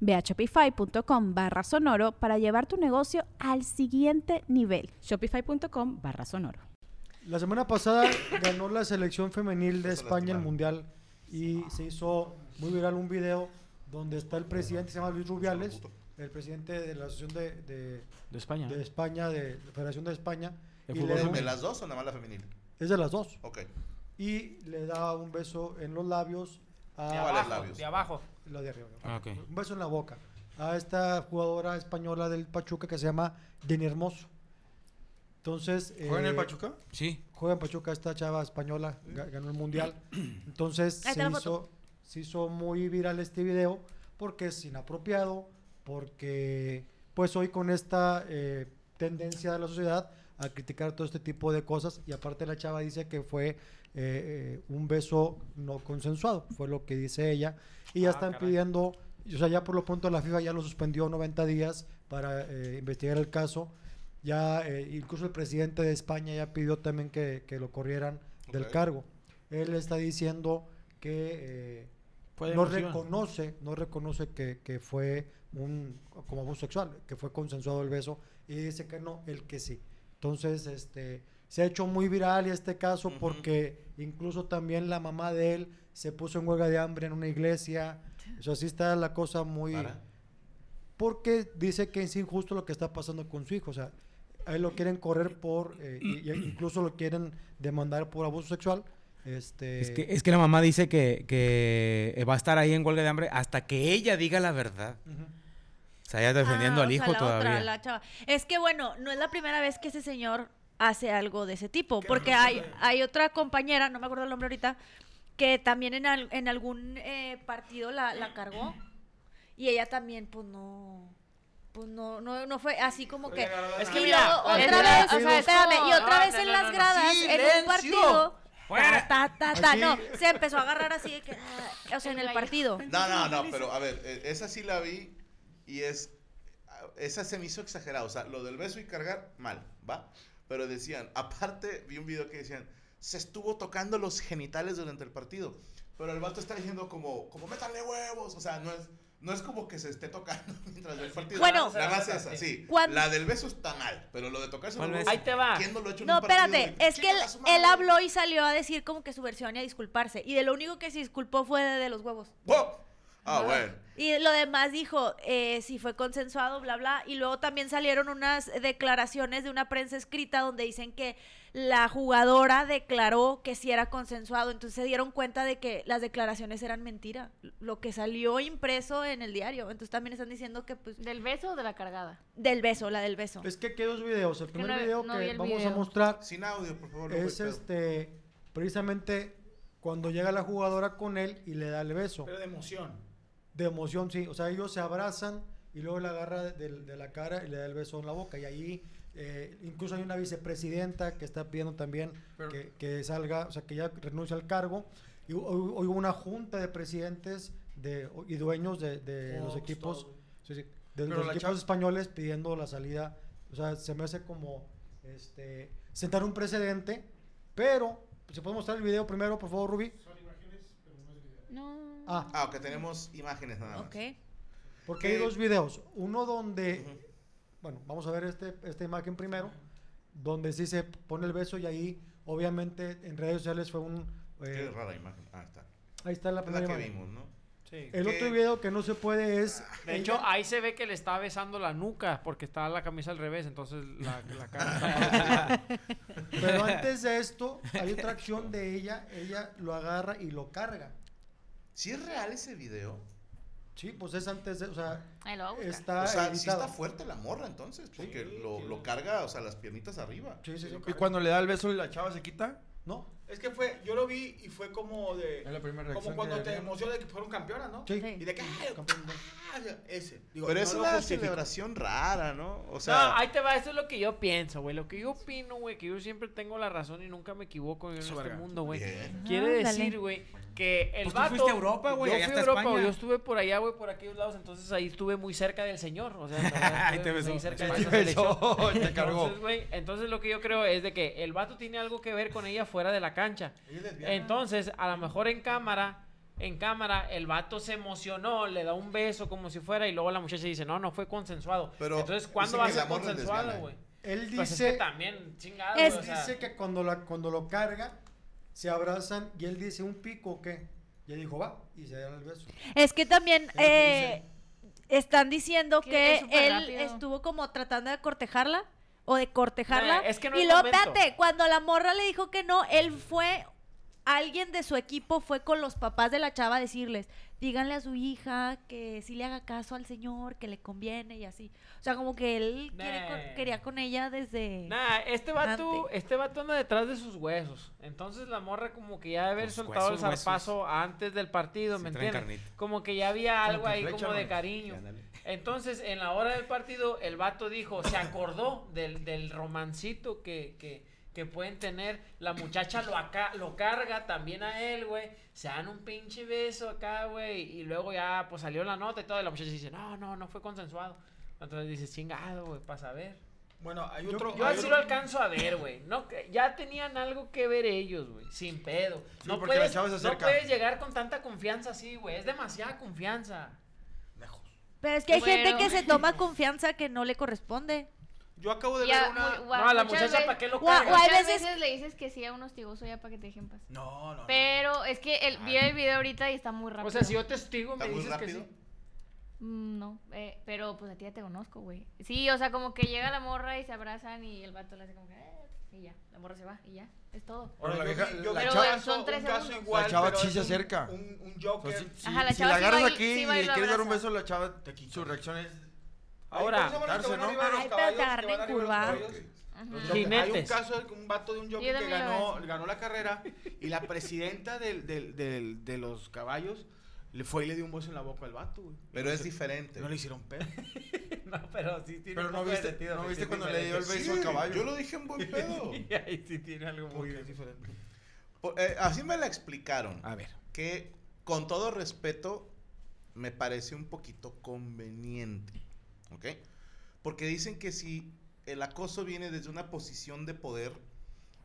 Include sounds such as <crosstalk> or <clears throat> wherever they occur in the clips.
Ve a shopify.com barra sonoro para llevar tu negocio al siguiente nivel. Shopify.com barra sonoro. La semana pasada ganó la selección femenil de España el Mundial y se hizo muy viral un video donde está el presidente, se llama Luis Rubiales, el presidente de la Asociación de, de- De España. de España, de la Federación de España. De y fútbol. le da ¿De, un- de las dos o nada más la femenil? es de las dos. Ok. Y le da un beso en los labios De a vale, abajo, labios. de abajo. la de arriba, ¿no? Ah, ok. Un beso en la boca a esta jugadora española del Pachuca que se llama Jenny Hermoso. Entonces, ¿Juega en el eh, Pachuca? Sí. Juega en Pachuca esta chava española, ga- ganó <clears throat> el mundial. Entonces Ahí se está la foto. hizo, se hizo muy viral este video porque es inapropiado, porque pues hoy con esta eh, tendencia de la sociedad a criticar todo este tipo de cosas y aparte la chava dice que fue eh, eh, un beso no consensuado, fue lo que dice ella y ya Ah, están caray. pidiendo, o sea ya por lo pronto la FIFA ya lo suspendió 90 días para eh, investigar el caso. Ya, eh, incluso el presidente de España ya pidió también que, que lo corrieran del Ok. cargo. Él está diciendo que eh, Fue de no emoción. reconoce, no reconoce que, que fue un como abuso sexual, que fue consensuado el beso, y dice que no, el que sí. Entonces, este se ha hecho muy viral este caso Ujú. porque incluso también la mamá de él se puso en huelga de hambre en una iglesia. O sea, sí está la cosa muy Para. porque dice que es injusto lo que está pasando con su hijo. O sea, a él lo quieren correr por, eh, y- y incluso lo quieren demandar por abuso sexual. Este, Es que, e- es que la mamá dice que, que eh, va a estar ahí en huelga de hambre hasta que ella diga la verdad. Ujú. O sea, ella defendiendo Ah, al o sea, hijo la otra, todavía. la chava. Es que bueno, no es la primera vez que ese señor hace algo de ese tipo, porque hay, hay otra compañera, no me acuerdo el nombre ahorita, que también en, al- en algún eh, partido la, la cargó y ella también, pues no, pues no, no, no fue así como que... Es que y mira, luego es que otra vez, mira, o sea, es como- espérame, y otra no, vez no, Ah, en no, no, las no. gradas, en un ¡Silencio! partido... Fuera. Ta, ta, ta, ta, Así. no, se empezó a agarrar así de que, ah, o sea, en el partido. No, no, no, pero a ver, eh, esa sí la vi y es. a- Esa se me hizo exagerada. O sea, lo del beso y cargar, mal, ¿va? Pero decían, aparte, vi un video que decían, se estuvo tocando los genitales durante el partido. Pero el vato está diciendo como, como métale huevos. O sea, no es, no es como que se esté tocando <laughs> mientras ve el partido. Bueno. la más esa, sí. Cuando- La del beso está mal, pero lo de tocarse los ¿Cuál huevos, beso? Ahí te va. ¿Quién no lo ha hecho en un No, partido? espérate, De que, es que él, "Chinga su él madre". habló y salió a decir como que su versión y a disculparse. Y de lo único que se disculpó fue de, de los huevos. ¡Oh! Ah, bueno. Y lo demás dijo, eh, si fue consensuado, bla, bla. Y luego también salieron unas declaraciones de una prensa escrita donde dicen que la jugadora declaró que sí era consensuado. Entonces se dieron cuenta de que las declaraciones eran mentira. Lo que salió impreso en el diario. Entonces también están diciendo que, pues, ¿Del beso o de la cargada? del beso, la del beso. Es que quedó dos videos. El que primer no- video no vi que el vamos a video. mostrar Sin audio, por favor. no es fue el pedo. este precisamente cuando llega la jugadora con él y le da el beso. Pero de emoción. De emoción, sí. O sea, ellos se abrazan y luego la agarra de, de la cara y le da el beso en la boca. Y ahí eh, incluso hay una vicepresidenta que está pidiendo también Pero- que, que salga, o sea, que ya renuncie al cargo. Y hoy, hoy hubo una junta de presidentes de, y dueños de, de los Fox, equipos, Oh, pues, todo. sí, sí, de Pero los la equipos chava- españoles pidiendo la salida. O sea, se me hace como este, sentar un precedente, pero si puedes mostrar el video primero, por favor, Rubí. No. Ah, Ah, ok, tenemos imágenes nada más. Ok. Porque hay Eh, dos videos. Uno donde, Ujú. bueno, vamos a ver este, esta imagen primero, donde sí se pone el beso y ahí, obviamente, en redes sociales fue un... eh, Qué rara imagen. Ah, está. ahí está la Es la primera que imagen. vimos, ¿no? Sí. El otro video que no se puede es. De hecho, ahí se ve que le está besando la nuca porque está la camisa al revés, entonces la, la cara <laughs> está Pero antes de esto, hay otra acción de ella. Ella lo agarra y lo carga. Si es real ese video. Sí, pues es antes de. O sea, Ahí lo hago. está. o sea, sí editado. está fuerte la morra entonces, porque lo, lo carga, o sea, las piernitas arriba. Sí, sí, sí. Y cuando le da el beso y la chava se quita. No. Es que fue, yo lo vi y fue como de. Es la primera Como reacción cuando que te había. emociona de que fueron campeonas, ¿no? Sí. Y de que. ay, Campeón del- ah, Ese. Digo, Pero no es lo una justifico. celebración rara, ¿no? O no, sea, ahí te va, eso es lo que yo pienso, güey. Lo que yo opino, güey, que yo siempre tengo la razón y nunca me equivoco en Eso, este verga. mundo, güey. Bien. Quiere Ándale. decir, güey, que el Pues tú vato... fuiste a Europa, güey, Yo allá fui está a Europa, España. güey, yo estuve por allá, güey, por aquellos lados, entonces ahí estuve muy cerca del señor, o sea... en verdad, Ahí estuve te muy besó. cerca Ahí de te esa selección. besó, te cargó. Entonces, güey, entonces lo que yo creo es de que el vato tiene algo que ver con ella fuera de la cancha. Ella es lesbiana. Entonces, a lo mejor en cámara, en cámara, el vato se emocionó, le da un beso como si fuera, y luego la muchacha dice, no, no fue consensuado. Pero Entonces, dice ¿cuándo va a que la ser morra es consensuado, lesbiana. güey? Él Pues es dice. que también, chingado, Es- güey, o sea, dice que cuando, la, cuando lo carga, se abrazan y él dice un pico o qué. Y él dijo, va, y se dan el beso. Es que también Es lo que eh, están diciendo Que que es súper él rápido. estuvo como tratando de cortejarla o de cortejarla. No, es que no y es luego, momento. espérate, cuando la morra le dijo que no, él fue, alguien de su equipo fue con los papás de la chava a decirles, díganle a su hija que sí le haga caso al señor, que le conviene y así. O sea, como que él quiere Nah. con- quería con ella desde... Nah, este vato, este vato anda detrás de sus huesos. Entonces la morra como que ya debe haber Los soltado huesos, el zarpazo antes del partido, Sí, ¿me traen entiendes? carnita. Como que ya había algo tu ahí flecha, como de mano. cariño. Ándale. Entonces, en la hora del partido, el vato dijo, se acordó del, del romancito que, que, que pueden tener. La muchacha lo, acá, lo carga también a él, güey. Se dan un pinche beso acá, güey. Y luego ya, pues salió la nota y todo. Y la muchacha dice, no, no, no fue consensuado. Entonces dice, chingado, güey, para saber. Bueno, hay Yo- otro. Yo hay así otro- lo alcanzo a ver, güey. No, que- ya tenían algo que ver ellos, güey. Sin pedo. Sí, no, porque la puedes, chava se no acerca. puedes llegar con tanta confianza así, güey. Es demasiada confianza. Pero es que hay gente Bueno. que se toma confianza que no le corresponde. Yo acabo de Ya, ver una. muy- guau, no, a la muchas muchacha, ve- ¿para qué lo Guau, cargas? guau, hay muchas veces- veces... le dices que sí a un hostigoso ya para que te dejen pasar. No, no. no. Pero es que el, vi el video ahorita y está muy rápido. O sea, si yo testigo, ¿Está me muy dices que rápido? sí. Mm, no, eh, pero pues a ti ya te conozco, güey. Sí, o sea, como que llega la morra y se abrazan y el vato le hace como que... "Eh", Y ya, la morra se va y ya, es todo. Ahora la Yo vieja, vi- yo la vi un chava- caso- son un tres caso segundos. igual, La chava pero sí es se un- acerca. Un, un O Joker. sea, si, si- Ajá, la si chava la sí va agarras y- aquí sí y va y le lo quieres dar un abraza. beso, la chava, te quita. su reacción es. Ahora, ¿Cómo se llaman los que van darse, ¿no? arriba de los Ay, pero te caballos, que agarré van en arriba de los curva. caballos? Ajá. Sí. Jinetes. Hay un caso de un vato de un jockey Yo que también lo ganó, veo. ganó la carrera y la presidenta del, del, del- de los caballos le fue y le dio un beso en la boca al vato, güey. Pero No es se- diferente. No le hicieron <laughs> pedo. <laughs> No, pero sí tiene Pero un no poco de viste, sentido, no güey, sí viste es cuando le dio el diferente. beso Sí, al caballo. Yo lo dije en <laughs> buen pedo. <laughs> Y ahí sí tiene algo muy... Porque es diferente. Por- eh, así me la explicaron. A ver. Que con todo respeto, me parece un poquito conveniente. ¿Ok? Porque dicen que si el acoso viene desde una posición de poder,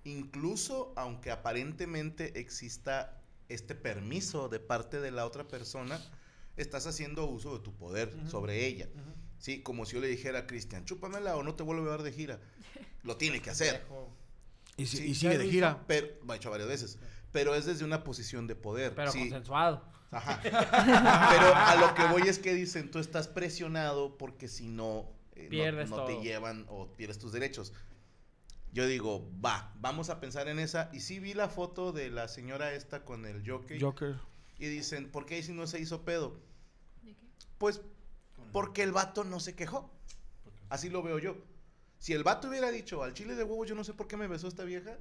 incluso aunque aparentemente exista este permiso de parte de la otra persona, estás haciendo uso de tu poder sobre ella. Sí, como si yo le dijera a Cristian, chúpamela o no te vuelvo a ver de gira. Lo tiene que hacer. Y, Sí, si- y ya sigue de gira. Pero, lo ha hecho varias veces. Pero es desde una posición de poder. Pero Sí, consensuado. ajá. <laughs> Pero a lo que voy es que dicen, tú estás presionado porque si no, eh, no- Pierdes no, te todo. llevan o pierdes tus derechos. Yo digo, va, vamos a pensar en esa. Y sí vi la foto de la señora esta con el jockey. Joker. Y dicen, ¿por qué ahí si no se hizo pedo? Pues porque el vato no se quejó. Así lo veo yo. Si el vato hubiera dicho al chile de huevo, yo no sé por qué me besó esta vieja,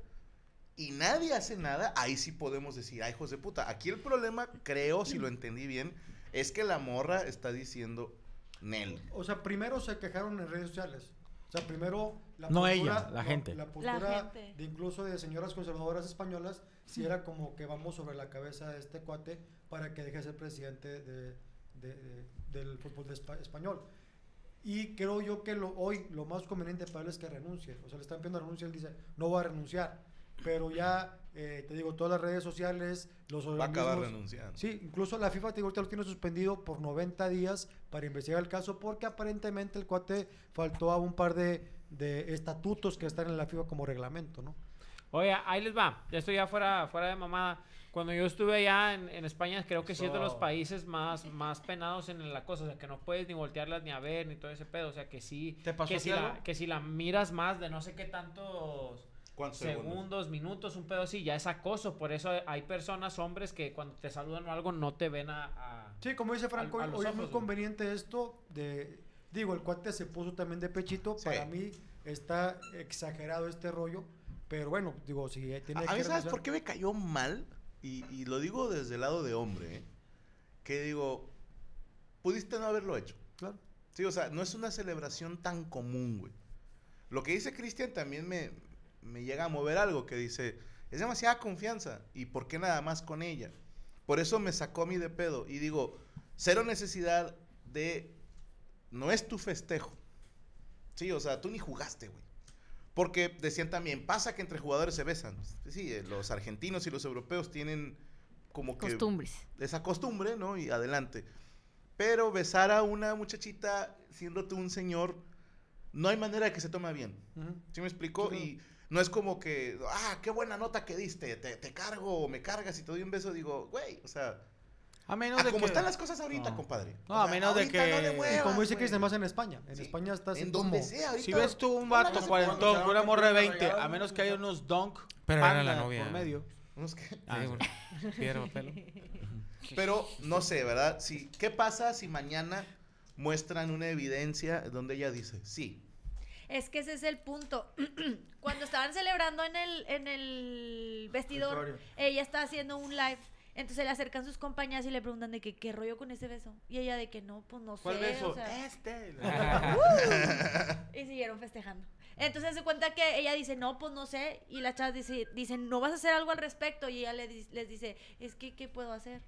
y nadie hace nada, ahí sí podemos decir, ay, hijos de puta. Aquí el problema, creo, si lo entendí bien, es que la morra está diciendo Nel. O sea, primero se quejaron en redes sociales. O sea, primero la No ella, la gente. La postura gente. de incluso de señoras conservadoras españolas, si era como que vamos sobre la cabeza de este cuate para que deje de ser presidente de- de- de- del fútbol de espa- español. Y creo yo que lo, hoy lo más conveniente para él es que renuncie. O sea, le están pidiendo renuncia, él dice, no va a renunciar. Pero ya, eh, te digo, todas las redes sociales, los Va a acabar organismos- renunciando. Sí, incluso la FIFA te digo, ahorita lo tiene suspendido por 90 días para investigar el caso porque aparentemente el cuate faltó a un par de, de estatutos que están en la FIFA como reglamento, ¿no? Oye, ahí les va. Esto ya fuera, fuera de mamada. Cuando yo estuve allá en, en España, creo que sí es de los So- países más, más penados en la cosa. O sea, que no puedes ni voltearlas ni a ver, ni todo ese pedo. O sea, que sí. ¿Te pasó que, a ti si la, algo? que si la miras más de no sé qué tantos ¿Cuántos segundos, segundos? minutos, un pedo así, ya es acoso. Por eso hay personas, hombres, que cuando te saludan o algo no te ven a. a- <laughs> Sí, como dice Franco, a hoy, los hoy es ojos, muy güey. conveniente esto de... Digo, el cuate se puso también de pechito. Sí. Para mí está exagerado este rollo. Pero bueno, digo, si A, tiene a que mí, ¿sabes renunciar- por qué me cayó mal? Y, y lo digo desde el lado de hombre, ¿eh? que digo, pudiste no haberlo hecho. Claro. Sí, o sea, no es una celebración tan común, güey. Lo que dice Cristian también me, me llega a mover algo, que dice, es demasiada confianza, ¿y por qué nada más con ella? Por eso me sacó a mí de pedo, y digo, cero necesidad de, no es tu festejo. Sí, o sea, tú ni jugaste, güey. Porque decían también, pasa que entre jugadores se besan. Sí, eh, los argentinos y los europeos tienen como que Costumbres. esa costumbre, ¿no? Y adelante. Pero besar a una muchachita siendo tú un señor, no hay manera de que se tome bien. ¿Sí me explicó? Y no es como que, ah, qué buena nota que diste, te, te cargo o me cargas y te doy un beso. Digo, güey, o sea, A menos a Ah, de como que... están las cosas ahorita, No. compadre. No, O a sea, menos de ahorita no le que- Y muevas, como dice güey. Cristian, más en España. En Sí. España está así En como... donde sea, ahorita. Si ves tú un no le vato hagas- cuarentón, una morra de 20, Regalo, a menos que haya unos donk Pero era panda la novia. por medio. Unos que- Ah, Ah, Sí, <laughs> bueno, piedra, papel. <laughs> Pero no sé, ¿verdad? Si, ¿Qué pasa si mañana muestran una evidencia donde ella dice, sí? Es que ese es el punto. <clears throat> Cuando estaban celebrando en el, en el vestidor, Vestuario. ella está haciendo un live. Entonces se le acercan sus compañías y le preguntan de que, qué rollo con ese beso. Y ella de que no, pues no ¿Cuál sé. beso? o sea, Este. Ah, y siguieron festejando. Entonces se cuenta que ella dice, no, pues no sé. Y las chavas dice, dicen, no vas a hacer algo al respecto. Y ella le di- les dice, es que, ¿qué puedo hacer?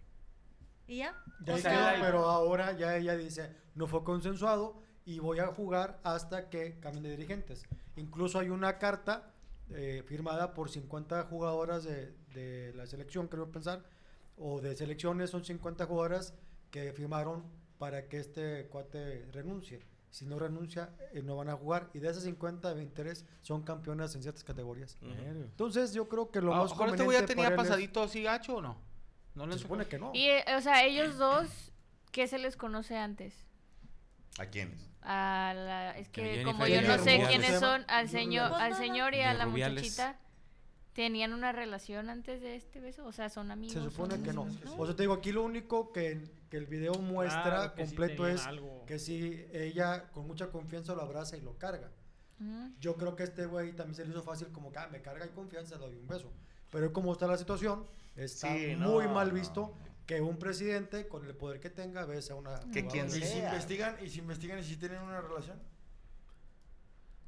Y ya. Ya O ahí sea, quedó, pero ah. ahora ya ella dice, no fue consensuado y voy a jugar hasta que cambien de dirigentes. Incluso hay una carta eh, firmada por 50 jugadoras de, de la selección, creo pensar, o de selecciones, son 50 jugadoras que firmaron para que este cuate renuncie. Si no renuncia, eh, no van a jugar. Y de esas 50, 23 son campeonas en ciertas categorías. ¿Eh? Entonces yo creo que lo Ah, A lo más mejor este güey ya conveniente tenía para él es- pasadito así gacho o no. No le Se supone supone. que no. Y, eh, o sea, ellos dos, ¿qué se les conoce antes? ¿A quiénes? A la, es Que que Jennifer como y yo no la sé Rubiales. quiénes son, al Rubiales. señor, Pues al nada. señor y a De la Rubiales. muchachita, ¿tenían una relación antes de este beso? O sea, ¿son amigos? Se ¿Son supone que no. novios? O sea, te digo, aquí lo único que, que el video muestra Claro que sí completo tenían es algo. que si ella con mucha confianza lo abraza y lo carga. Ujú. Mm. Yo creo que este güey también se le hizo fácil como que ah, me carga y confianza, le doy un beso. Pero como está la situación, está Sí, no, muy mal no. visto que un presidente con el poder que tenga bese a una... Que jugadora quien ¿Y de- si sea. investigan y si investigan y si tienen una relación?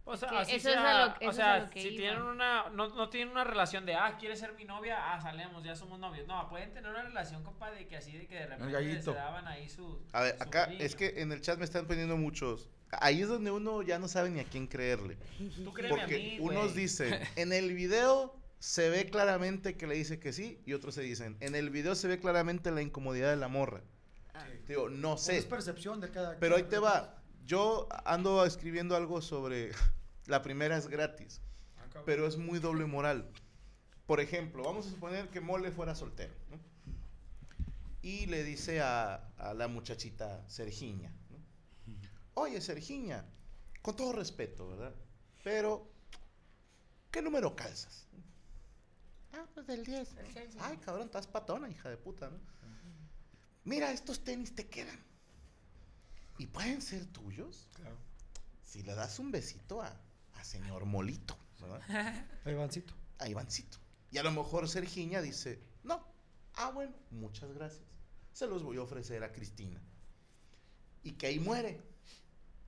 O sea, Que así eso es sea- a lo- eso o es sea, a lo que si iba. tienen una, no, no tienen una relación de, ah, ¿quieres ser mi novia? Ah, salemos, ya somos novios. No, pueden tener una relación, compa, de que así, de que de repente se gallito. daban ahí su... A ver, su acá cariño. es que en el chat me están poniendo muchos. Ahí es donde uno ya no sabe ni a quién creerle. Tú créeme a Porque mí, unos güey. dicen, en el video se ve claramente que le dice que sí, y otros se dicen, en el video se ve claramente la incomodidad de la morra. Digo, no Pues Es sé. percepción de cada Pero ahí quien, te ¿no? va. Yo ando escribiendo algo sobre <laughs> la primera es gratis, Ah, pero es muy doble moral. Por ejemplo, vamos a suponer que Mole fuera soltero, ¿no? Y le dice a, a la muchachita Sergiña, ¿no? Oye, Sergiña, con todo respeto, ¿verdad? Pero, ¿qué número calzas? Ah, pues del 10. Ay, cabrón, estás patona, hija de puta, ¿no? Mira, estos tenis te quedan. ¿Y pueden ser tuyos? Claro. Si le das un besito a, a señor Molito, ¿verdad? A Ivancito. A Ivancito. Y a lo mejor Sergiña dice, no, ah, bueno, muchas gracias. Se los voy a ofrecer a Cristina. Y que ahí muere.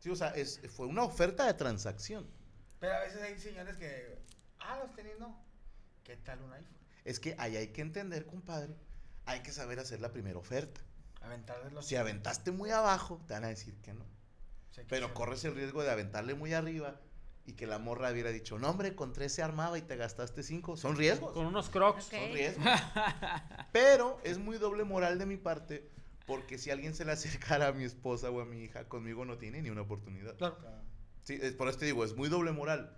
Sí, o sea, es, fue una oferta de transacción. Pero a veces hay señores que. Ah, los tenis no. ¿Qué tal un iPhone? Es que ahí hay que entender, compadre, hay que saber hacer la primera oferta. Aventar de los. Si aventaste muy abajo, te van a decir que no. O sea, que Pero se- corres el riesgo de aventarle muy arriba y que la morra hubiera dicho, no hombre, con tres se armaba y te gastaste cinco. Son riesgos. Con unos crocs. Ok. Son riesgos. Pero es muy doble moral de mi parte porque si alguien se le acercara a mi esposa o a mi hija, conmigo no tiene ni una oportunidad. Claro. Sí, es, por eso te digo, es muy doble moral.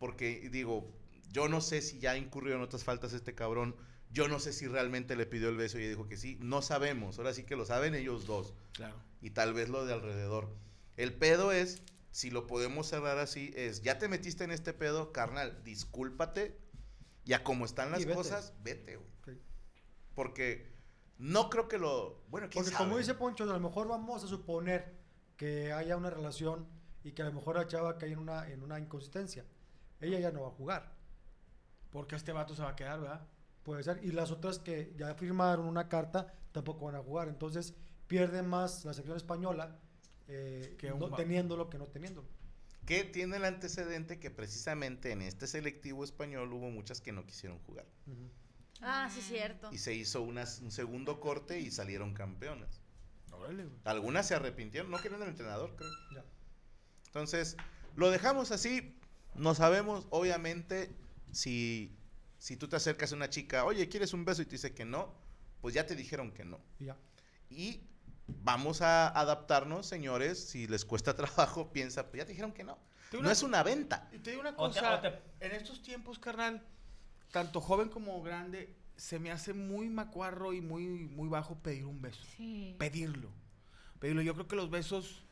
Porque digo, yo no sé si ya incurrió en otras faltas este cabrón. Yo no sé si realmente le pidió el beso y ella dijo que sí. No sabemos. Ahora sí que lo saben ellos dos. Claro. Y tal vez lo de alrededor. El pedo es, si lo podemos cerrar así, es ya te metiste en este pedo, carnal, discúlpate. Y a como están las Y vete. cosas, vete, güey. Ok. Porque no creo que lo. Bueno, quién Porque sabe? como dice Poncho, a lo mejor vamos a suponer que haya una relación y que a lo mejor la chava cae en una, en una inconsistencia. Ella ya no va a jugar. Porque este vato se va a quedar, ¿verdad? Puede ser. Y las otras que ya firmaron una carta tampoco van a jugar. Entonces pierde más la selección española eh, Que un no va- teniéndolo que no teniéndolo. que tiene el antecedente que precisamente en este selectivo español hubo muchas que no quisieron jugar. Ujú. Ah, sí, cierto. Y se hizo unas- un segundo corte y salieron campeonas. Órale, güey. Algunas se arrepintieron, no querían al entrenador, creo. Ya. Entonces, lo dejamos así. No sabemos, obviamente, si, si tú te acercas a una chica, oye, ¿quieres un beso? Y te dice que no, pues ya te dijeron que no. Y ya. Y vamos a adaptarnos, señores. Si les cuesta <laughs> trabajo, piensa, pues ya te dijeron que no. Te digo No una- es una venta. Y te digo una O te- cosa, o te- en estos tiempos, carnal, tanto joven como grande, se me hace muy macuarro y muy, muy bajo pedir un beso. Sí. Pedirlo. Pedirlo. Yo creo que los besos,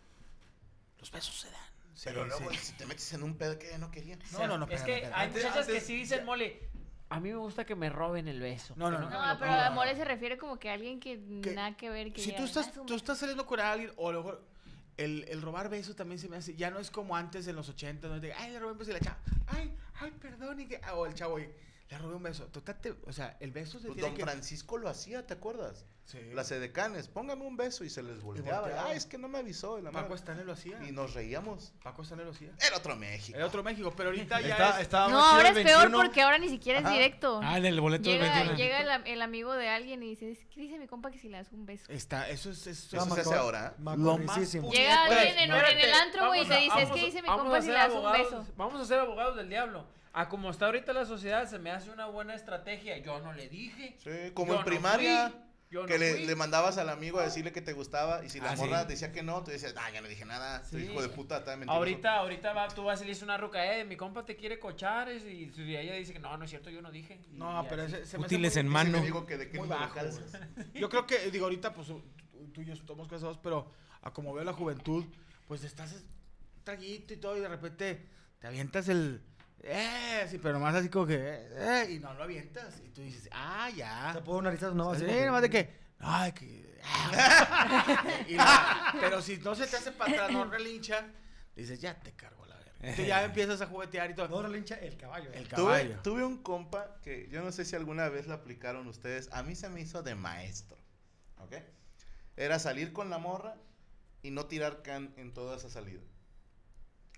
los besos se dan. Se- Pero luego, se- si te metes en un pedo que no quería. No, no, no, Es espérame, que espérame. hay Antes- muchachas que antes- sí dicen, mole, a mí me gusta que me roben el beso. No, que no, No, no. me lo Ah, pero pongan. a More se refiere como que a alguien que Que- nada que ver. Que Si ya, tú ah, estás, es un tú estás saliendo con alguien, o a lo mejor el, el robar besos también se me hace, ya no es como antes en los 80, donde te- ay, le robé un beso y la chava, ay, ay, perdón, y que, ah, o el chavo, y, le robé un beso. Total, te- o sea, el beso se Pues tiene don que... Francisco lo hacía, ¿te acuerdas? Sí. Las edecanes, póngame un beso y se les volteaba. volteaba. Ah, es que no me avisó. y la Paco madre. Stanley lo hacía. Y nos reíamos. Paco Stanley lo hacía. Era otro México. El otro México, pero ahorita ya Está, es... estaba No, más chido ahora el es peor 21. porque ahora ni siquiera es Ajá. directo. Ah, en el boleto del Llega, 21. llega el, am- el amigo de alguien y dice, "Es que dice mi compa que si le das un beso. Está, eso es... Eso Eso es- se hace ahora. ¿eh? Macorrisísimo. Lo más Llega Pues, alguien en, en el Espérate, antro, güey, y vamos te a- dice, es vamos que a- dice mi vamos compa a si le ser das un abogados- beso. Vamos a ser abogados del diablo. A como está ahorita la sociedad, se me hace una buena estrategia. Yo no le dije. Sí, como Yo en no primaria. fui, yo no que le, fui. le mandabas al amigo a decirle que te gustaba. Y si la Ah, sí. morra decía que no, tú decías, ah, ya no dije nada. soy Sí. hijo de puta, está mentiroso. Ahorita, ahorita va, tú vas y le dices una ruca, eh, mi compa te quiere cochar, es- y, y ella dice que no, no es cierto, yo no dije. Y- No, y pero así. ese- se me hace Útiles muy- en Dice mano. mi amigo que de qué muy número bajo, calzas. güey. Yo creo que, digo, ahorita, pues, tú- tú y yo estamos casados, pero a como veo la juventud, pues estás un traguito y todo, y de repente te avientas el. ¡Eh! Así, pero nomás así como que. "Eh", eh, y no lo avientas. Y tú dices, ¡ah, ya! Se puede analizar, no va a Así, ser. nomás de que. ¡Ay, que. <laughs> ah". Y la- pero si no se te hace para atrás, no relincha, dices, ya te cargo la verga. Entonces ya empiezas a juguetear y todo. No relincha el caballo. eh. el Tuve, caballo. tuve un compa que yo no sé si alguna vez la aplicaron ustedes. A mí se me hizo de maestro. ¿Ok? Era salir con la morra y no tirar can en toda esa salida.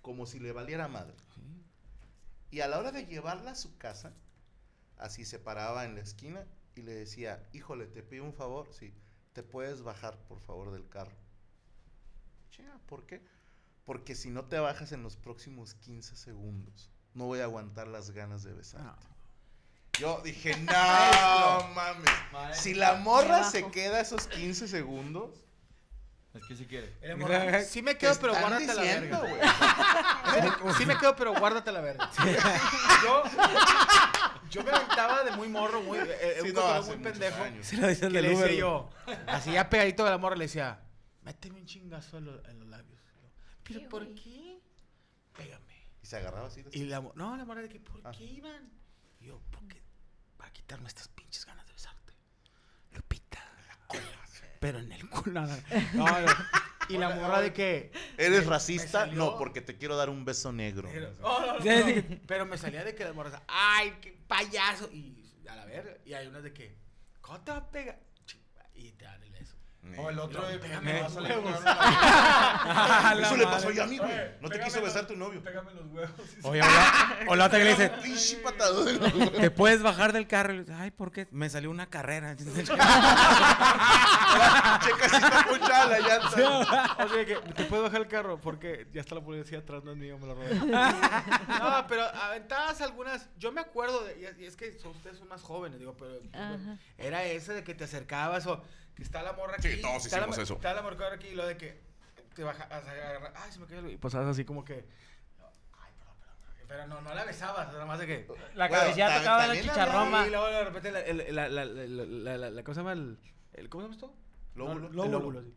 Como si le valiera madre. Y a la hora de llevarla a su casa, así se paraba en la esquina y le decía: Híjole, te pido un favor. Sí, te puedes bajar por favor del carro. Chinga, ¿por qué? Porque si no te bajas en los próximos 15 segundos, no voy a aguantar las ganas de besarte. Yo <laughs> dije, no mames. Si la morra se queda esos 15 segundos, Es que si quiere. Sí me quedo, te pero están guárdate la diciendo, verga. güey. Sí me quedo, pero guárdate la verga. <laughs> Yo, yo me aventaba de muy morro, muy, eh, eh, Sí, un no, cotorreo hace muy muchos pendejo. años. Se lo Que dicen le del decía Uber. yo, así ya pegadito de la morra, le decía, méteme un chingazo en, lo- en los labios. Yo, ¿Pero ¿Qué, por güey? qué? Pégame. Y se agarraba así. Y la, mo- no, la morra de que, ¿por Ah. qué iban? Y yo, porque para quitarme estas pinches ganas de besarte. Lupita, <laughs> la cola. Pero en el culo. nada. No, no. Y la morra de que, ¿Eres racista? salió- No, porque te quiero dar un beso negro. Pero, oh, no, no, Sí, no. sí. <laughs> Pero me salía de que las morras, ay, qué payaso. Y a la verga. Y hay unas de que, ¿cómo te va a pegar? Chimba, Y te dan el beso. Eh. <laughs> O el otro de Pégame pégame los los huevos. Eso la le madre. pasó ya a mí, güey. No te quiso besar tu novio. Pégame los huevos. <laughs> Oye, hola. Hola, otra que le dice, Pinche patadón. ¿te puedes bajar del carro? Y le dice, Ay, ¿por qué? Me salió <laughs> una carrera. <laughs> Checa si está ponchada la llanta. O sea, que te puedo bajar el carro porque ya está la policía atrás, no es mío, me lo robé. No, pero aventadas algunas. Yo me acuerdo, de, y es- y es que son- ustedes son más jóvenes, digo, pero. Era esa de que te acercabas o que está la morra aquí. Sí, todos está la hicimos mo- eso. Está la morra aquí y lo de que te bajas, agarras. Ay, se me cayó el. Y pasabas así como que. Ay, perdón, perdón. perdón", Pero no, no la besabas, nada más de que. La cabecilla tocaba la chicharroma. Y luego de repente la, el- la, la, la, la, la, la- ¿cómo se llama el, el- ¿Cómo se llama esto? Lóbulo. No, el lóbulo, sí.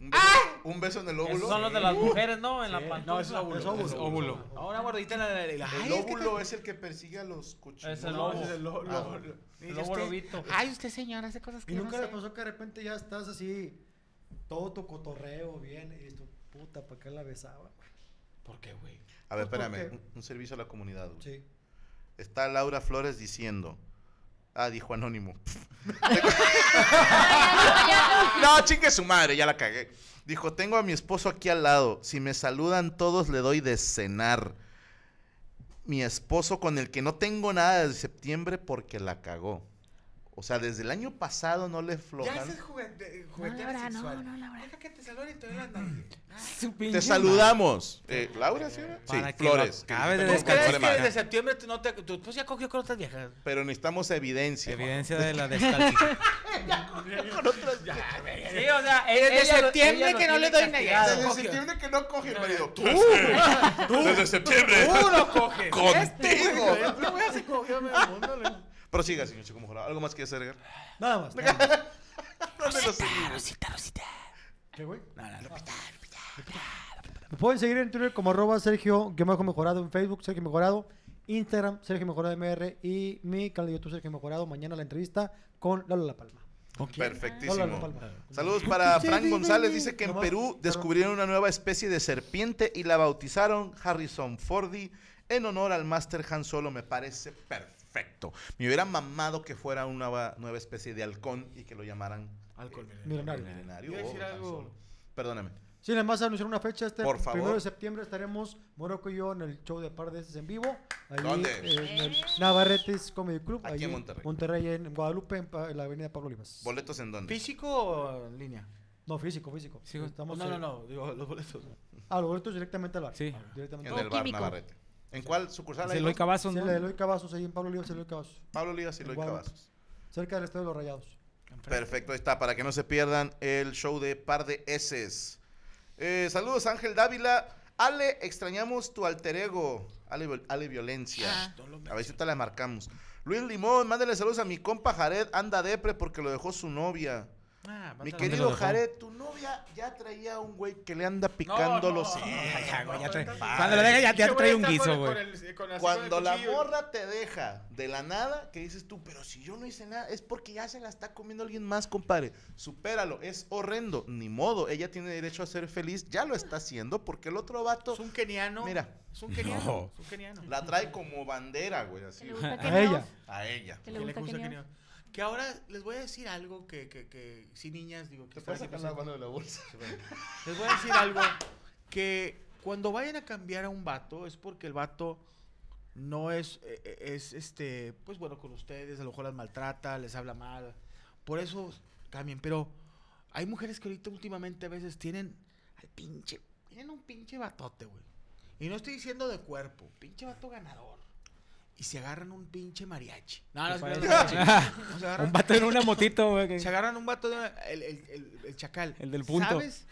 Un beso, un beso en el óvulo. Esos son los de las Uh, mujeres, ¿no? En la Eh, panza. no, eso es óvulo. Es eso óvulo. Es óvulo. No, una gordita en la. la- la- El ay, es que óvulo te- es el que persigue a los cochinos. Es el No, óvulo. ese es el lo- Ah, lo- bueno. lo- El Dice óvulo usted, vito. Ay, usted señora hace cosas que Y yo nunca no le sé". pasó que de repente ya estás así, todo tu cotorreo bien, y tu puta, ¿para qué la besaba? güey?" ¿Por qué, güey? A ver, Pues, ¿por espérame. qué? Un, un servicio a la comunidad. güey. Sí. Está Laura Flores diciendo. Ah, dijo anónimo. <laughs> no, chingue su madre, ya la cagué. Dijo, tengo a mi esposo aquí al lado. Si me saludan todos, le doy de cenar. Mi esposo con el que no tengo nada desde septiembre porque la cagó. O sea, desde el año pasado no le Ya flojan. ese es juguete, juguete sexual. No, no, Laura. Deja que te saluden y te vean <laughs> nadie. Su pinche Te madre. saludamos. Eh, ¿Laura, sí? Sí, Para que lo Flores. acabes de Pero- ¿Tú crees que Problema. desde septiembre tú no te, tu esposo ya cogió con otras viejas? Pero necesitamos evidencia. Evidencia de la <laughs> descalcificación. con otras viejas. Sí, o sea, e- Desde ella lo- septiembre ella lo que no tiene le doy castigado. nalgadas. Desde cogió. septiembre que no coge el marido. Tú. Tú. Desde septiembre. Tú no coges. Contigo. Este güey, este güey se cogió medio mundo, güey. Prosiga, señor Chico Mejorado. ¿Algo más que hacer, Edgar? Nada más. nada más. ¿Dónde nos seguimos? <laughs> ¿Qué, güey? Me pueden seguir en Twitter como arroba Sergio guión bajo Mejorado, en Facebook Sergio Mejorado, Instagram Sergio Mejorado MR y mi canal de YouTube Sergio Mejorado. Mañana la entrevista con Lalo La Palma. Lalo La Perfectísimo. Palma. Saludos para Frank González. Dice que en Nomás, Perú perdón. descubrieron una nueva especie de serpiente y la bautizaron Harrison Fordy en honor al Master Han Solo. Me parece perfecto. Me hubiera mamado que fuera una nueva, nueva especie de halcón y que lo llamaran Alcohol, Millonario. milenario. Iba a o decir Han algo. Solo. Perdóname. Sí, nada más anunciar una fecha. Este Por primero favor. de septiembre estaremos Morocco y yo en el show de par de Heces en vivo. Ahí, ¿Dónde? eh, en el Navarretes Comedy Club. ahí Aquí en Monterrey. en Guadalupe, en, pa- en la avenida Pablo Olivas. ¿Boletos en dónde? ¿Físico o en línea? No, físico, físico. Sí, güey. Estamos, no, eh, no, no, digo, los boletos. Ah, los boletos directamente al bar. Sí. Directamente En al el bar. bar Químico. Navarrete. ¿En cuál sucursal Es Pues hay? el Eloy dos? Cavazos, Sí, ¿no? la de Eloy Cavazos, ahí en Pablo Olivas, Eloy Cavazos. Pablo Olivas y Eloy Guadalupe. Cavazos. Cerca del Estadio de los Rayados. Perfecto, ahí está, para que no se pierdan el show de Par de S's. Eh, saludos Ángel Dávila. Ale, extrañamos tu alter ego. Ale, Viol- Ale Violencia. A ver si te la marcamos. Luis Limón, mándale saludos a mi compa Jared. Anda depre porque lo dejó su novia. Ah, Mi mándalo. querido dejó? Jared, tu novia ya traía un güey que le anda picando no. los... Ay, Ya, güey, ya trae- Madre. Cuando lo dejas ya, ya Ese te trae un está con guiso, el- güey. con el- con así con Cuando el la cuchillo. morra te deja de la nada, que dices tú, pero si yo no hice nada, es porque ya se la está comiendo alguien más, compadre. Supéralo, es horrendo, ni modo. Ella tiene derecho a ser feliz, ya lo está haciendo, porque el otro vato Es un keniano. Mira. Es un keniano. No. Es un keniano. la trae como bandera, güey, así. le gusta A ella. A ella. ¿Te le ¿Qué gusta gusta keniano? keniano? Que ahora les voy a decir algo que, que, que sí, niñas, digo, que Te están puedes aquí sacar la presentes. mano de la bolsa. Les voy a decir algo. Que cuando vayan a cambiar a un vato, es porque el vato no es, eh, eh, es este, pues bueno, con ustedes, a lo mejor las maltrata, les habla mal. Por eso cambien. Pero hay mujeres que ahorita últimamente a veces tienen al pinche, tienen un pinche batote, güey. Y no estoy diciendo de cuerpo, pinche vato ganador. Y se agarran un pinche mariachi. No, no, se agarran un mariachi. <laughs> No, se agarran- Un vato en una motito, güey. se que- agarran un vato de una- el, el- el- el chacal. El del punto. Sabes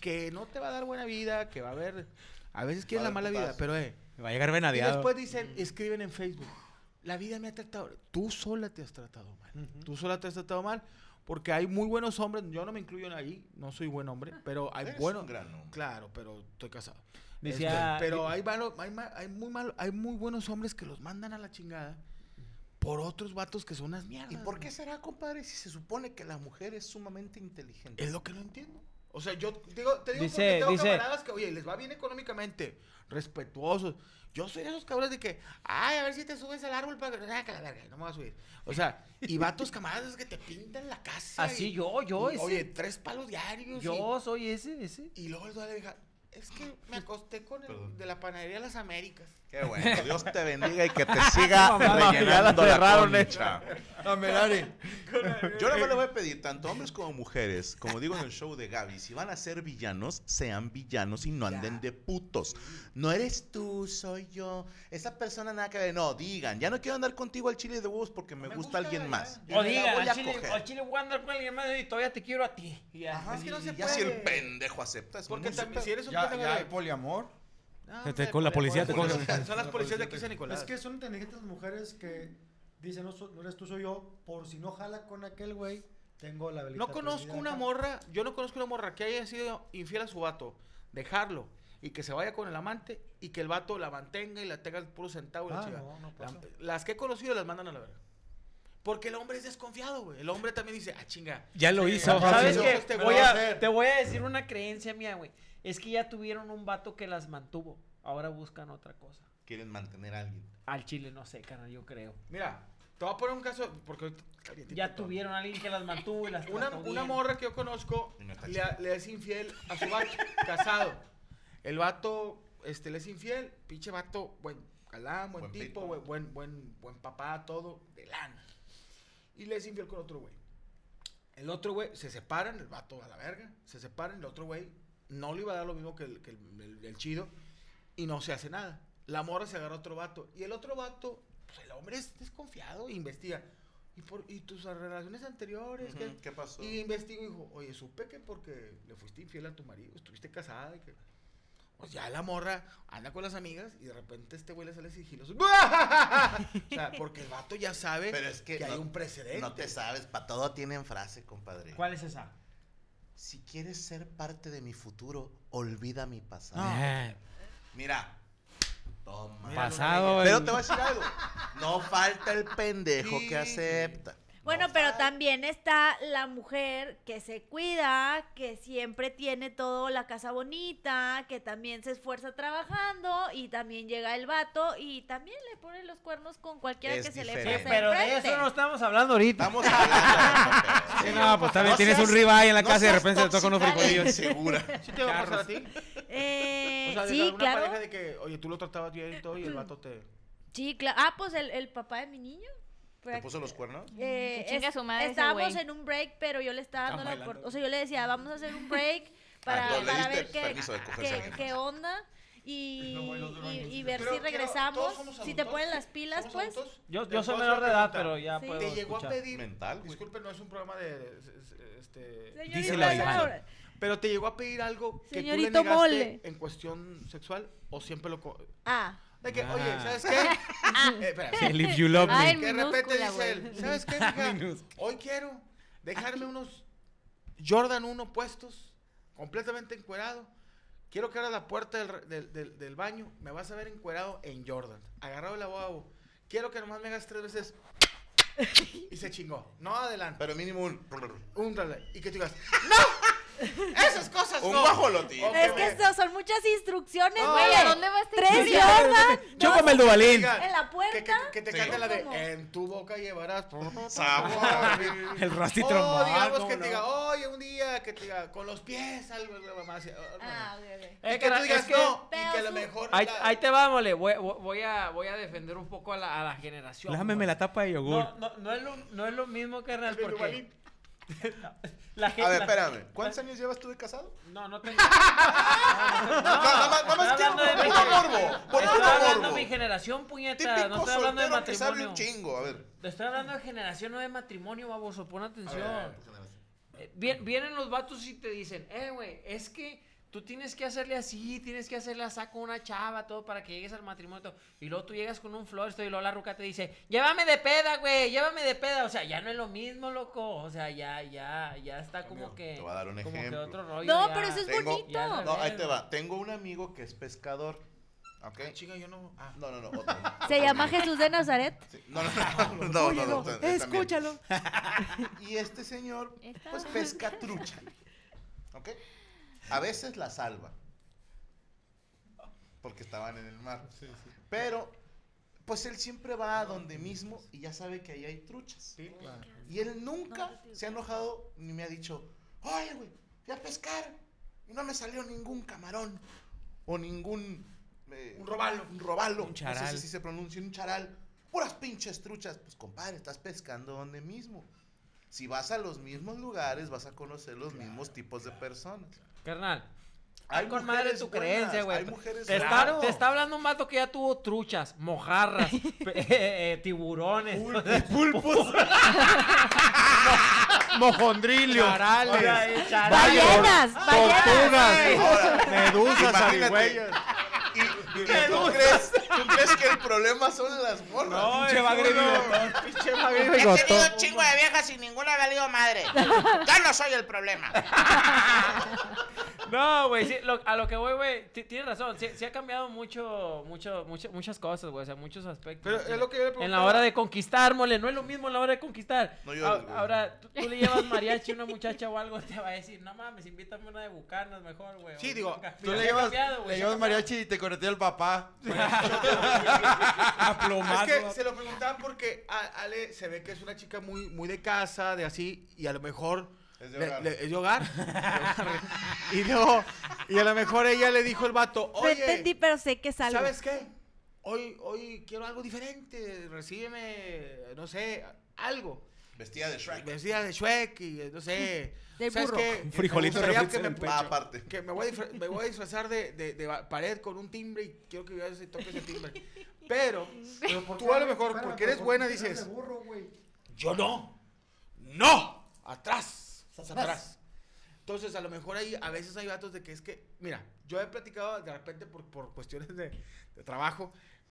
que no te va a dar buena vida, que va a haber. A veces quieren Va a la mala haber vida, putazos. pero eh. Va a llegar Y venadeado. después dicen, escriben en Facebook. La vida me ha tratado. Tú sola te has tratado mal. Tú sola te has tratado mal. Porque hay muy buenos hombres. Yo no me incluyo en ahí. No soy buen hombre. Pero hay Ah, Eres buenos. un gran hombre. Claro, pero estoy casado. Decía- Este, pero hay, malo- hay, ma- hay muy malo, hay muy buenos hombres que los mandan a la chingada por otros vatos que son unas mierdas. ¿Y por güey. qué será, compadre, si se supone que la mujer es sumamente inteligente? Es lo que no entiendo. O sea, yo digo, te digo Dice- porque tengo dice- camaradas que, oye, les va bien económicamente, respetuosos. Yo soy de esos cabrones de que, ay, a ver si te subes al árbol para que ah, que la verga, no me vas a subir. O sea, y vatos camaradas que te pintan la casa. Así y- Ah, yo, yo y, ese. Oye, tres palos diarios. Yo soy ese, ese. Y, y luego el dueño le deja, es que me acosté con el Perdón. de la panadería Las Américas. Qué bueno, Dios te bendiga y que <laughs> te siga rellenando la concha. <laughs> Yo no le voy a pedir tanto a hombres como mujeres, como digo en el show de Gaby, si van a ser villanos, sean villanos y no anden de putos. No eres tú, soy yo. Esa persona nada que ver. No, digan, ya no quiero andar contigo al chile de huevos porque me, Me gusta, gusta alguien ya. más. O Yo O me la diga, voy al a chile, coger. al chile voy a andar con alguien más y todavía te quiero a ti. Y ya. Ajá, es que no Y se ya si el puede. pendejo acepta, es Porque muy también, super- si eres un Ya, pendejo ya de- hay poliamor. No, Te- te- hombre, pues, con la policía te policía- cogen. Son las policías de aquí de San Nicolás. Es que son inteligentes las mujeres que dicen, no, so- no eres tú, soy yo. Por si no jala con aquel güey, tengo la velita No conozco prendida una acá. morra, yo no conozco una morra que haya sido infiel a su vato, dejarlo y que se vaya con el amante y que el vato la mantenga y la tenga el puro centavo. y la Ah, chingada. no, no La- pasa. las que he conocido las mandan a la verga. Porque el hombre es desconfiado, güey. El hombre también dice, ah, chinga. Ya lo hizo. Ah, ¿Sabes sí, qué? no, este Me güey voy a- va a hacer. te voy a decir una creencia mía, güey. Es que ya tuvieron un vato que las mantuvo. Ahora buscan otra cosa. Quieren mantener a alguien. Al chile no sé, carnal, yo creo. Mira, te voy a poner un caso, porque ahorita- calientito Ya todo. tuvieron a alguien que las mantuvo y las Una, trató una bien. morra que yo conozco Y no está le, chido. le es infiel a su <laughs> vato, casado. El vato este, le es infiel, pinche vato, buen galán, buen, Buen tipo, pito. buen, buen, buen, buen papá, todo, de lana. Y le es infiel con otro güey. El otro güey se separan, el vato a la verga, se separan, el otro güey no le iba a dar lo mismo que el, que el- el- el chido y no se hace nada. La morra se agarra a otro vato y el otro vato, pues, el hombre es desconfiado e investiga. ¿Y, por, y tus relaciones anteriores? ¿Qué- Ujú, ¿Qué pasó? y investigo y dijo, oye, supe que porque le fuiste infiel a tu marido, estuviste casada y que... Pues ya la morra anda con las amigas y de repente este güey le sale sigiloso. <laughs> o sea, porque el vato ya sabe Pero es que hay no- un precedente. No te sabes, para todo tienen frase, compadre. ¿Cuál es esa? Si quieres ser parte de mi futuro, olvida mi pasado. Ah, Mira. Toma. pasado. Pero el- te voy a decir algo. No falta el pendejo Sí, que acepta. Bueno, pero también está la mujer que se cuida, que siempre tiene todo la casa bonita, que también se esfuerza trabajando y también llega el vato y también le pone los cuernos con cualquiera Es que se le diferente. pase. Sí, Eh, Pero de enfrente. eso no estamos hablando ahorita. Estamos hablando. Sí, no, pues también tienes un ribeye en la casa y de repente te tocan unos frijolillos. <laughs> Segura. ¿Sí te va a pasar a ti? Eh, O sea, de sí, alguna claro. pareja de que, oye, tú lo tratabas bien y todo <clears throat> y el vato te... Eh, Sí, claro. Ah, pues el, el papá de mi niño. ¿Te puso los cuernos? Eh, Que chingue es- a su madre ese estábamos güey. en un break, pero yo le estaba dando la bailando. Ah, oportunidad. O sea, yo le decía, vamos a hacer <laughs> un break para, entonces le para diste ver qué, permiso de cogerse a qué- alguien qué más. onda y, Pues No, güey, los duran y- mucho. y ver Pero si quiero- regresamos. todos somos si te adultos, ponen las pilas, somos pues. adultos. Yo, Te yo soy puedo menor hacer de una edad, pregunta. pero ya Sí. puedo Te llegó escuchar. a pedir... Mental, güey. Disculpe, no es un programa de... es- es- Este... Señorita, Díselo a Iván. ahora- Pero te llegó a pedir algo que Señorito tú le negaste Mole. en cuestión sexual o siempre lo co- Ah, de que, Ah. oye, <laughs> ¿sabes qué? Eh, <laughs> espera, El If You Love Ay, Me. el que de repente minúscula, dice güey. él, ¿sabes qué? mija? Minúscula. Hoy quiero dejarme unos Jordan 1 puestos, completamente encuerado. Quiero que abras la puerta del, re- del- del- del baño, me vas a ver encuerado en Jordan, agarrado el lavabo. Quiero que nomás me hagas tres veces y se chingó. No adelante. Pero mínimo un. Un relay. Y que tú digas, ¡No! ¡Esas cosas Un no! guajolotín. Ok, es güey. que so- son muchas instrucciones, No, güey. Güey, ¿a dónde vas? Tres <laughs> Jordan. Chúpame el Dubalín. Diga, En la puerta. Que, que- que te Sí. cante la ¿Cómo? de En tu boca llevarás Sabor. El Rusty O Trombón, Oh, digamos que ¿cómo te no? diga, oye, un día que te diga con los pies, algo, la mamá así, oh, no. Ah, ok, ok. Que Eh, tú carnal, digas es que- no, y pero que a lo su- mejor. Ahí, la- ahí te va, mole. Voy, voy- voy a, voy a defender un poco a la, a la generación. Lámeme mole. la tapa de yogur. No, no, no es lo, no es lo mismo, carnal, el porque Dubalín. <laughs> la gente... A ver, espérame. ¿Cuántos años llevas tú de casado? No, no tengo... <laughs> Nada más- nada más estoy tiempo, por hablando de mi puro generación. morbo, por Estoy puro hablando de morbo. mi generación, puñeta. Típico no estoy hablando de soltero que sabe matrimonio. un chingo. A ver. Te estoy hablando de generación, no de matrimonio, baboso. Pon A ver, atención. a ver, pues, a ver. Eh, vien- vienen los vatos y te dicen, eh, güey, es que tú tienes que hacerle así, tienes que hacerle así con una chava, todo para que llegues al matrimonio. todo". Y luego tú llegas con un florsto y luego la ruca te dice, llévame de peda, güey, llévame de peda. O sea, ya no es lo mismo, loco. O sea, ya, ya, ya está como que. te voy a dar un como que ejemplo. otro rollo. No, ya. pero eso es Tengo- bonito. Ya, No, ahí te va. Tengo un amigo que es pescador. ¿Ok? Ah, chinga, yo no. Ah, No, no, no. Otro. Se llama Jesús de Nazaret. Sí, No, no, no. no, no, no, no, Escúchalo. también. <laughs> Y este señor, Está- pues pesca trucha. ¿Ok? A veces la salva. Porque estaban en el mar. Pero, pues él siempre va a donde mismo y ya sabe que ahí hay truchas. sí, claro. Y él nunca se ha enojado ni me ha dicho, oye, güey, fui a pescar y no me salió ningún camarón o ningún... eh, Un robalo. Un robalo. Un No charal. sé si se pronuncia un charal. Puras pinches truchas. Pues, compadre, estás pescando donde mismo. Si vas a los mismos lugares, vas a conocer los mismos tipos de personas. Carnal. Hay Hay con madre mujeres tu buenas, creencia, güey. hay mujeres Te, está- buenas. te está hablando un vato que ya tuvo truchas, <laughs> mojarras, pe- eh, eh, tiburones, Pulpos. Mojondrilio. <laughs> charales, charales. Ah, Ballenas, ballenas. Tortugas. Ahora, <laughs> Medusas, imagínate, zarigüeyas. Y ¿Tú crees, ¿Tú crees que el problema son las morras? No, Pinche es bagre uno. bigotón. Pinche bagre He tenido bigotón. un chingo de viejas y ninguna ha valido madre. Yo no soy el problema. No, güey, sí, lo- a lo que voy, güey, ti- tienes razón, sí, sí ha cambiado mucho, mucho, mucho- muchas cosas, güey, o sea, muchos aspectos. Pero es lo que yo le En preguntaba. la hora de conquistar, mole, no es lo mismo en la hora de conquistar. No llores, Ah, güey. Ahora, tú, tú le llevas mariachi a una muchacha o algo, te va a decir, no mames, invítame una de Bucanas mejor, güey. Sí, O- digo, nunca- Tú mira, le se ha llevas, cambiado, güey, se le ha llevas cambiado. mariachi y te corretea el papá. <laughs> A plomazo. Es que se lo preguntaba porque a- Ale se ve que es una chica muy, muy de casa, de así, y a lo mejor... Es de le- hogar. le- es de hogar. <laughs> y luego, y a lo mejor ella le dijo el vato, No entendí, oye, pero sé que es algo. ¿sabes qué? Hoy, hoy quiero algo diferente, recíbeme, no sé, algo. Vestida de Shrek. Vestida de Shrek y eh, no <laughs> sé. Del ¿sabes burro. qué? Un frijolito Me gustaría refrito que en me- el pecho. Ah, aparte. Que me voy a, disfra- me voy a disfrazar de, de- de ba- pared con un timbre y quiero que yo se toque ese timbre. Pero <laughs> Pero ¿por tú qué, a lo güey? mejor, Espérame, porque pero eres ¿por buena, qué te haces dices, de burro, güey? yo no. No. Atrás. Atrás. Entonces, a lo mejor ahí, a veces hay vatos de que es que, mira, yo he platicado de repente por, por cuestiones de, de trabajo